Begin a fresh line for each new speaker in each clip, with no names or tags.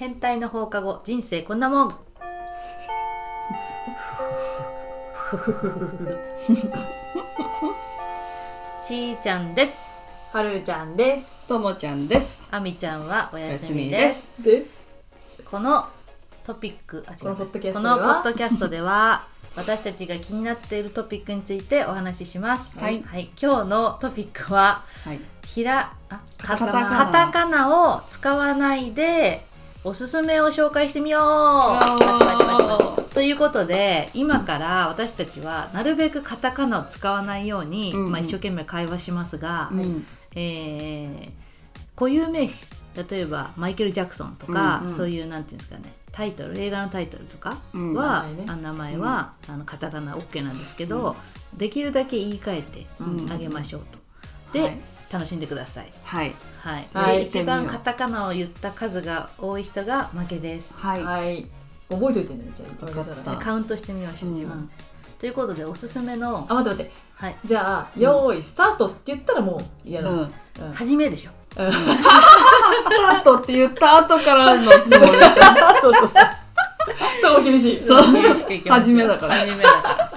変態の放課後人生こんな もんちーちゃんです
はるちゃんです。
ともちゃんです。
あみちゃんはお
お
休
休
み
み
で
ですす。
このトピックあ違う
このポッドキャスト
こ
で
の
は
ポッドキャストでは 私たちが気になっているトピックについてお話しします
はい
今日のトピックは
はい。
ひらあカ
カ
タ
タカ
カ
ナ
ナを使わないでおすすめを紹介してみようということで今から私たちはなるべくカタカナを使わないように、
うんうん
まあ、一生懸命会話しますが、
うん
えー固有名詞例えばマイケル・ジャクソンとか、
うんうん
そういうなんていうんですかねタイトル映画のタイトルとかは、
うん
あ
名前ね
の名前は、あのカタカナ OK なんですけど、できるだけ言い換えてあげましょうと。で、
はい
楽しんでください。
はい。
はい、
はい
で一番
行ってみよう
カタカナを言った数が多い人が負けです。
は
はい。覚えといてね、じゃあ、
わかった
でカウントしてみましょう、
うん
自分。ということでおすすめの
あ、、待って待って。
はい、
じゃあ、用意スタートって言ったらもうや
い。
ろ
う
う。うん
ん。
ス
初めでしょ。
スタートって言った後からのつもり。
タートそうそうそう。そこ厳しい。じゃ
そう
よろしくいきます
初めだから
初めだか
あ、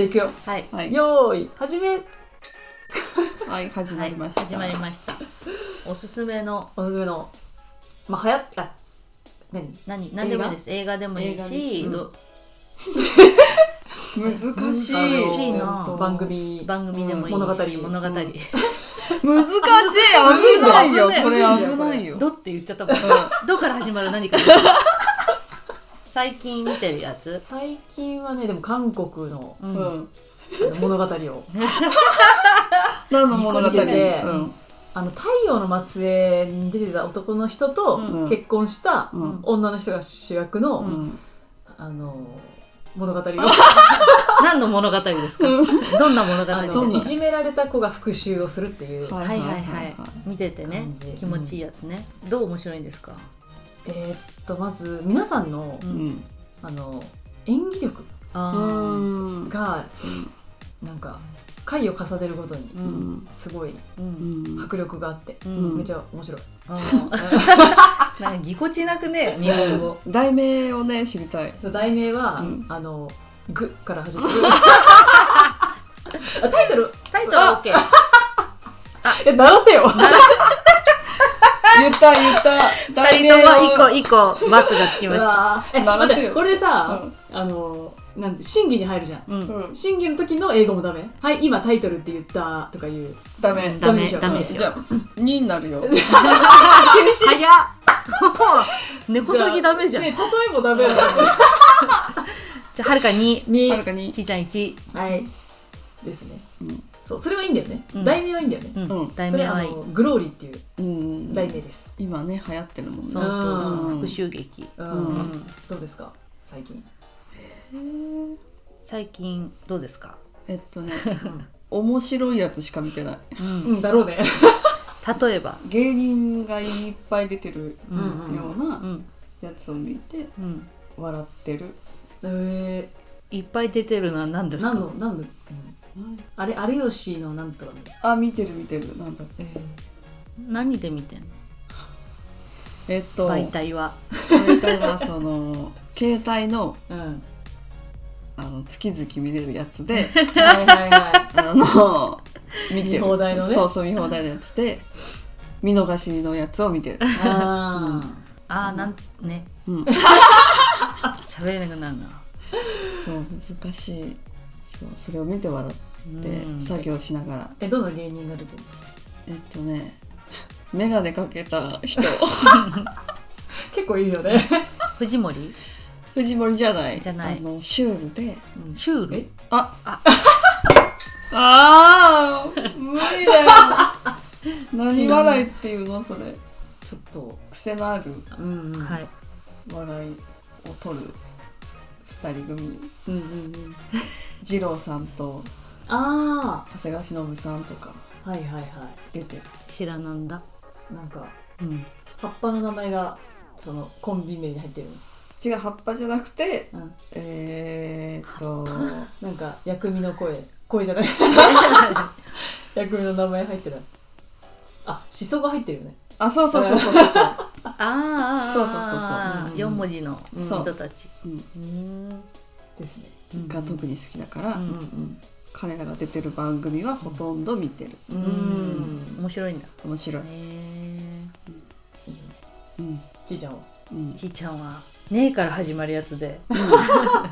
行くよ。
ら。はい。
はい。
用意始め。
はい。始まりました。
はい始まりました。おすすめの
おすすめの。まあ、流行った。何
何何でもいいです。映画でもいいし、
映
ど
難しい。
あの
難しいな
番組。
番組でもいいし、
うん物語
物語。
うん
難しい。危ないよ。
危
これ
ない
危ないよ。
どって言っちゃったもん。どから始まる何か。最近見てるやつ。
最近はね、でも韓国の
う。
うんん。
あの物語を。
何の物語。
見てて
うん。
あの太陽の末裔に出てた男の人と
うん
結婚した
うん
女の人が主役の、
うん。
あの物語を
何の物語ですか。どんな物
あ
語
どん
の
ない
じめられた子が復讐をするっていう、
はい
はいはいはい見ててね
感じ
気持ちいいやつね、どう面白いんですか
えーっとまず皆さんの,、
う
うん。
あの演技力
あ
う
ー
ん。
が、なんか回を重ねるごとに
う
うんん。
すごい
うん
迫力があって、
うん
めちゃ面白い、
あー なんかぎこちなくね日本語
題名をね知りたい。
そう題名は、
うん
あの「グ」から始まるあタイトル
タイトル OK
え鳴らせよ
言った言った。
二
題
人と
名
も
を
一個一個バツがつきま
う
した
わーえ
鳴ら
待っ
せ
て
よ
これでさ、あのなんて審議に入るじゃん、
うん
うん。
審議の時の英語もダメはい今タイトルって言ったとか言う
ダメ。
ダメ
ダメでしょ
ダメでし
じ
ょ
ゃあ2になるよ。
早っ 根こそぎダメじゃん
ね
じ
例えもダメだね
ゃあはるかに
に
はるかに
ち。ーちゃん1
はいですね、
うん
そうそれはいいんだよね、
うん
題名はいいんだよね、
うん、
うん
題
それ
名
はあ
はいい
のグローリーっていう
うん。
題名です、
今ね流行ってるもんね。
そうそうそう
うん
復讐劇
うん
うん
どうですか最近
最近どうですか、
えっ とね、面白いやつしか見てない。
うん、
うんだろうね
例えば
芸人がいっぱい出てる
うん
よ
うん
うな
うん
やつを見て
うん
笑ってる。
え
いっぱい出てるのは何で
ー、
すか
何の何の、うんあれ有吉のなんとかね
あ、見てる見てる。なんだろう
え
何で見てんの
えっと、
媒体は
媒体はその、 携帯の
ー、うん
あの月々見れるやつ で、
はいはいは
あの、見てる。
見放題のね
そうそう、見放題のやつで、見逃しのやつを 見てる。
いあ
ああなんね
うん。
喋れなくなるな
そう、難しい。そう、それを見て笑って、
うん
作業しながら。
ーえどんな芸人が出てる
えっとね、メガネかけた人、
結構いいよね、
藤森
藤森じゃない。
じゃない
あのシュールで、
うん
シュール
え
あ、 ああー、無理だよ。何笑いっていうのそれ。
ちょっと、
癖のある
うんうん、
はい
笑いを取る二人組。
うんうんうん、
二郎さんと
あ
長谷川忍さんとか
あはいはいは
出てる。
知らなんだ
いなんか
うん
葉っぱの名前がそのコンビ名に入ってる
違う、葉っぱじゃなくて、
の、うん、
えー、っと、
なんか薬味の声声 じゃない薬味の名前入ってないあしそが入ってるよね
あ、そうそうそうそうそうそう。
あああ
そうそうそうそう
う
4
ん
文字の
そう
人たち
うん
うん
ですね
うん
が特に好きだから、
うん
彼らが出てる番組はほとんど見てる、
うん面白いんだ
面白い
へ、え
いいよね
うん
じいちゃんは
うん、
ちいちゃんは「ね」から始まるやつ で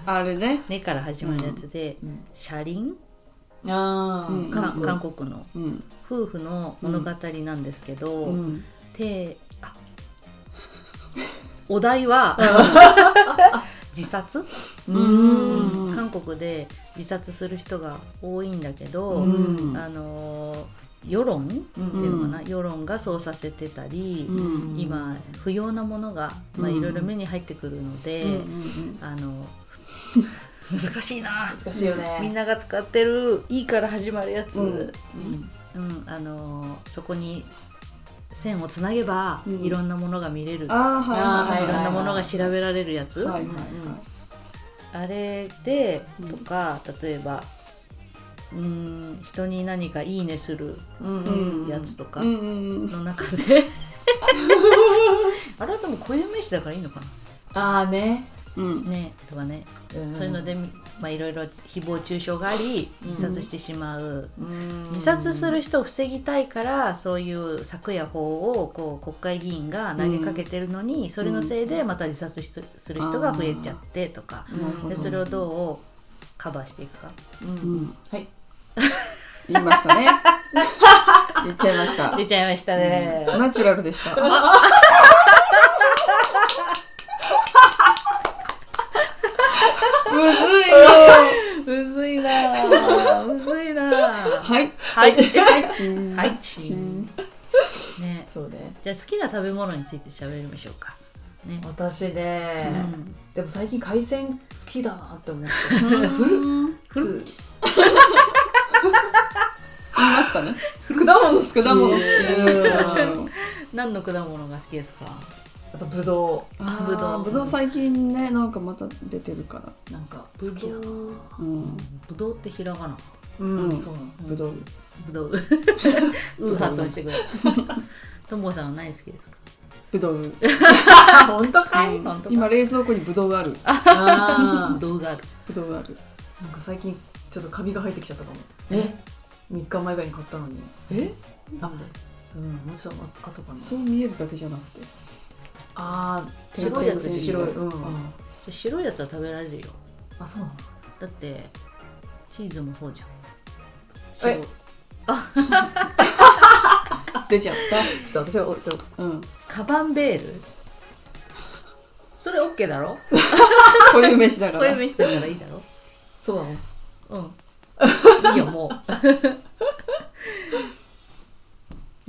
あれね
「ね」から始まるやつで「車輪
ああ、
うん
か韓国の
うん
夫婦の物語なんですけど、
うん
であお題は自殺、
うん
韓国で自殺する人が多いんだけど、
うん
あの世論っていうのかな、世論がそうさせてたり、
うん
今不要なものがまあ
うん
いろいろ目に入ってくるので、
うんうん
あ の難しいな
難しいよね
みんなが使ってる「い」から始まるやつ、
うん
うん、あのーそこに線をつなげば、
うん
いろんなものが見れる、い
ああはい
あ
はい
ー
ろん
は
ないものが調べられるやつ、
はいはい
あれで
うん
とか例えばうーん人に何か「いいね」する
うん
うん
やつとか
はいうんうんうん
の中 で、あれはでも固有名詞だからいいのか
ああね、
うん
なねとかね、
うん
そういうので、まあ、いろいろ誹謗中傷があり自殺してしまう
うん
自殺する人を防ぎたいからそういう策や法をこう国会議員が投げかけてるのに、それのせいでまた自殺しする人が増えちゃってとか、
なるほ
で
ど
それをどうカバーしていくか
うん
うん
はい
言いま したね言っちゃいました
出ちゃいましたね、
ナチュラルでしたむずいよ
むずいな ぁむずいなぁ
はい
はい
はいチン
はいチ
チ
ン、
ン
ね、
そうね
じゃあ好きな食べ物について喋りましょうかね、
私ね、
うん
でも最近海鮮好きだなって思 ってフルフル
言いましたね
果物好き
果物好き
うんやっ
何の果物が好きですか
ぱぶど
あー
ぶどう
ぶどう最近ねなんかまた出てるから
うなんか好きだな
うん
ぶどうってひらがな
うん、
うん
そうなの
ぶどう
ぶどううー発音してくれ ともこさんは何好きですか
ぶどう
あ本当かい、
うん本当か
今冷蔵庫にぶどうがある
あー
動画ある
ぶどうがある
なんか最近ちょっとカビが生えてきちゃったかも
え
3日前ぐらいに買ったのに
え
なんでうんもうちょっとあ後かな
そう見えるだけじゃなくて
ああ
白いやつ
白いうん
あ
白いやつは食べられるよ
あそうなの
だってチーズもそうじゃん
え
白
出ちゃっ
ちょっと私はおちょ
たうん
カバンベールそれオッケーだろ
こういう飯だか
こうい
ら
う飯だからいいだろ
そうなの
うんいいよもう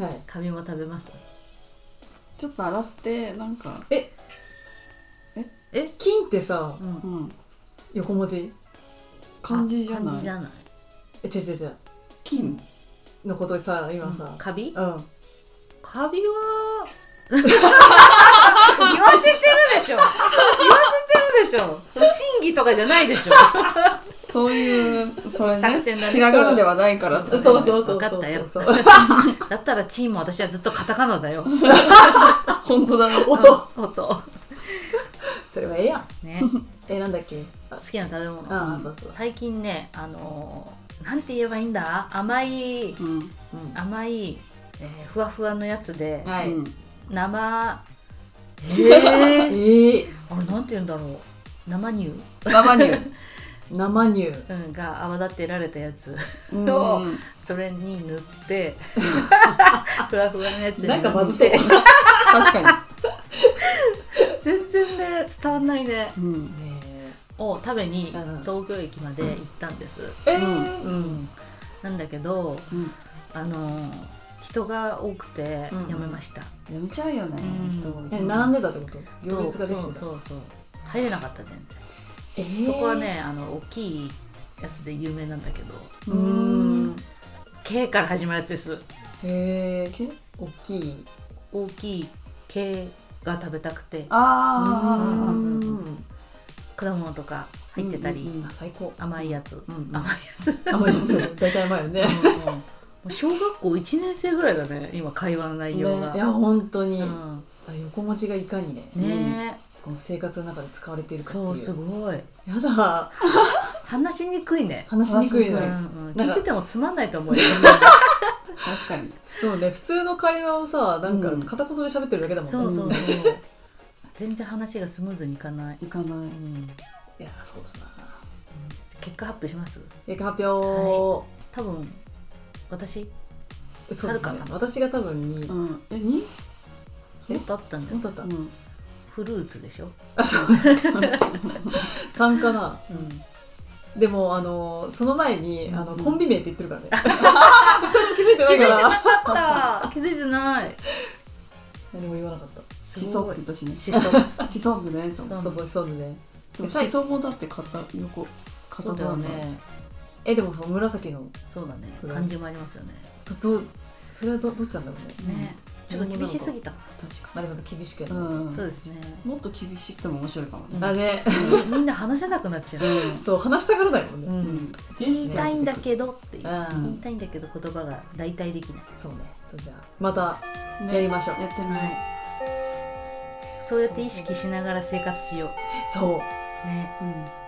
はい
カビも食べます
ちょっと洗ってなんか
え
え
金ってさ
うん
うん
横文字
感じじゃ
感
な
じ
い
じゃない
え違う違う違う
金
のことさ今さ、
カビ
うん
カビは言わせてるでしょ言わせてるでしょそれ審議とかじゃないでしょ
そういうそれ
作
ね
戦だね
ひらがなではないからってね
そうそうそうそう
わかったよ
そう
だったらチーム私はずっとカタカナだよ
本当だね
音
音
それはええやん
ね
えなんだっけあ
好きな食べ物
ああそうそう
最近ねあのーなんて言えばいいんだ甘い
うん
うん
甘い、えーふわふわのやつで
はい、
うん
生え
え
ー、
ー、
あれなんて言うんだろう生乳、
生乳
生乳
うん、が泡立てられたやつ
うん
そうそれに塗 って、ふわふわのやつに塗って
なんかまずそうね
確か
全然ね伝わんないね
にうん
を食べに
うん
東京駅まで行ったんです、
ええ
う
うんなんだけど
うん
あのー人が多くて
うん
やめました、
やめちゃうよね
うん
人多いと
え並んでたってこと行列
そ
が
う
できてた
そうそうそう入れなかった全然、
えー
そこはねあの大きいやつで有名なんだけど
うーん
K から始まるやつです
へえけ大きい
大きい K が食べたくて
う
あ
ん
果物とか入ってたり、
うんうんうん
あ最高
甘いやつ、
うんうん
甘いやつ
あまりそう 大体前よね
もう小学校1年生ぐらいだね今会話の内容が、
いや本当に、
うん
だから横文字がいかにね
ね
この生活の中で使われているかっていう
そうすごい
やだ
話しにくいね、
話しにくい
うん
のよ
うん、
な
聞
んか
いててもつまんないと思うよ
確かに
そうね普通の会話をさなんか
うん
片言で喋ってるだけだもんね、
そうそうそう全然話がスムーズにいかない、
いかな
う
い
ん、
いやそうだな
結果発表します
結果発表、
多分私
そうです
は
ね
るか
私が多分に、
うんえに
もっとあったんだよ
本当だった、
うん
フルーツでしょ、
三かな
うん、
でもあのその前に、あの
うん
コンビ名って言ってるからね それも気づいてないから
確か
気づいてない
何も言わなかった
にしそって言ったしね
しそ
しそ部ねと思っ
うん
そうそうそうね
てでもしそもだって片横 片
そうだよ
側
ね
えでもその紫の
そうだね
そうだね
漢字もありますよね
どどそれはどどっちなんだろうね
ねちょっと厳しすぎた、
確か
まあでも厳しくや
に
る、
うん
そうですね
もっと厳しくても面白いかもね
ん
あね
みんな話せなくなっちゃう、
そう話したからだよね、
う、
うんん
言いたいんだけどっていう
うん
言いたいんだけど言葉が代替できない
そうねちょっとじゃあまたやりましょう、
やってみよ
そうやって意識しながら生活しよ
そう
うね
ううん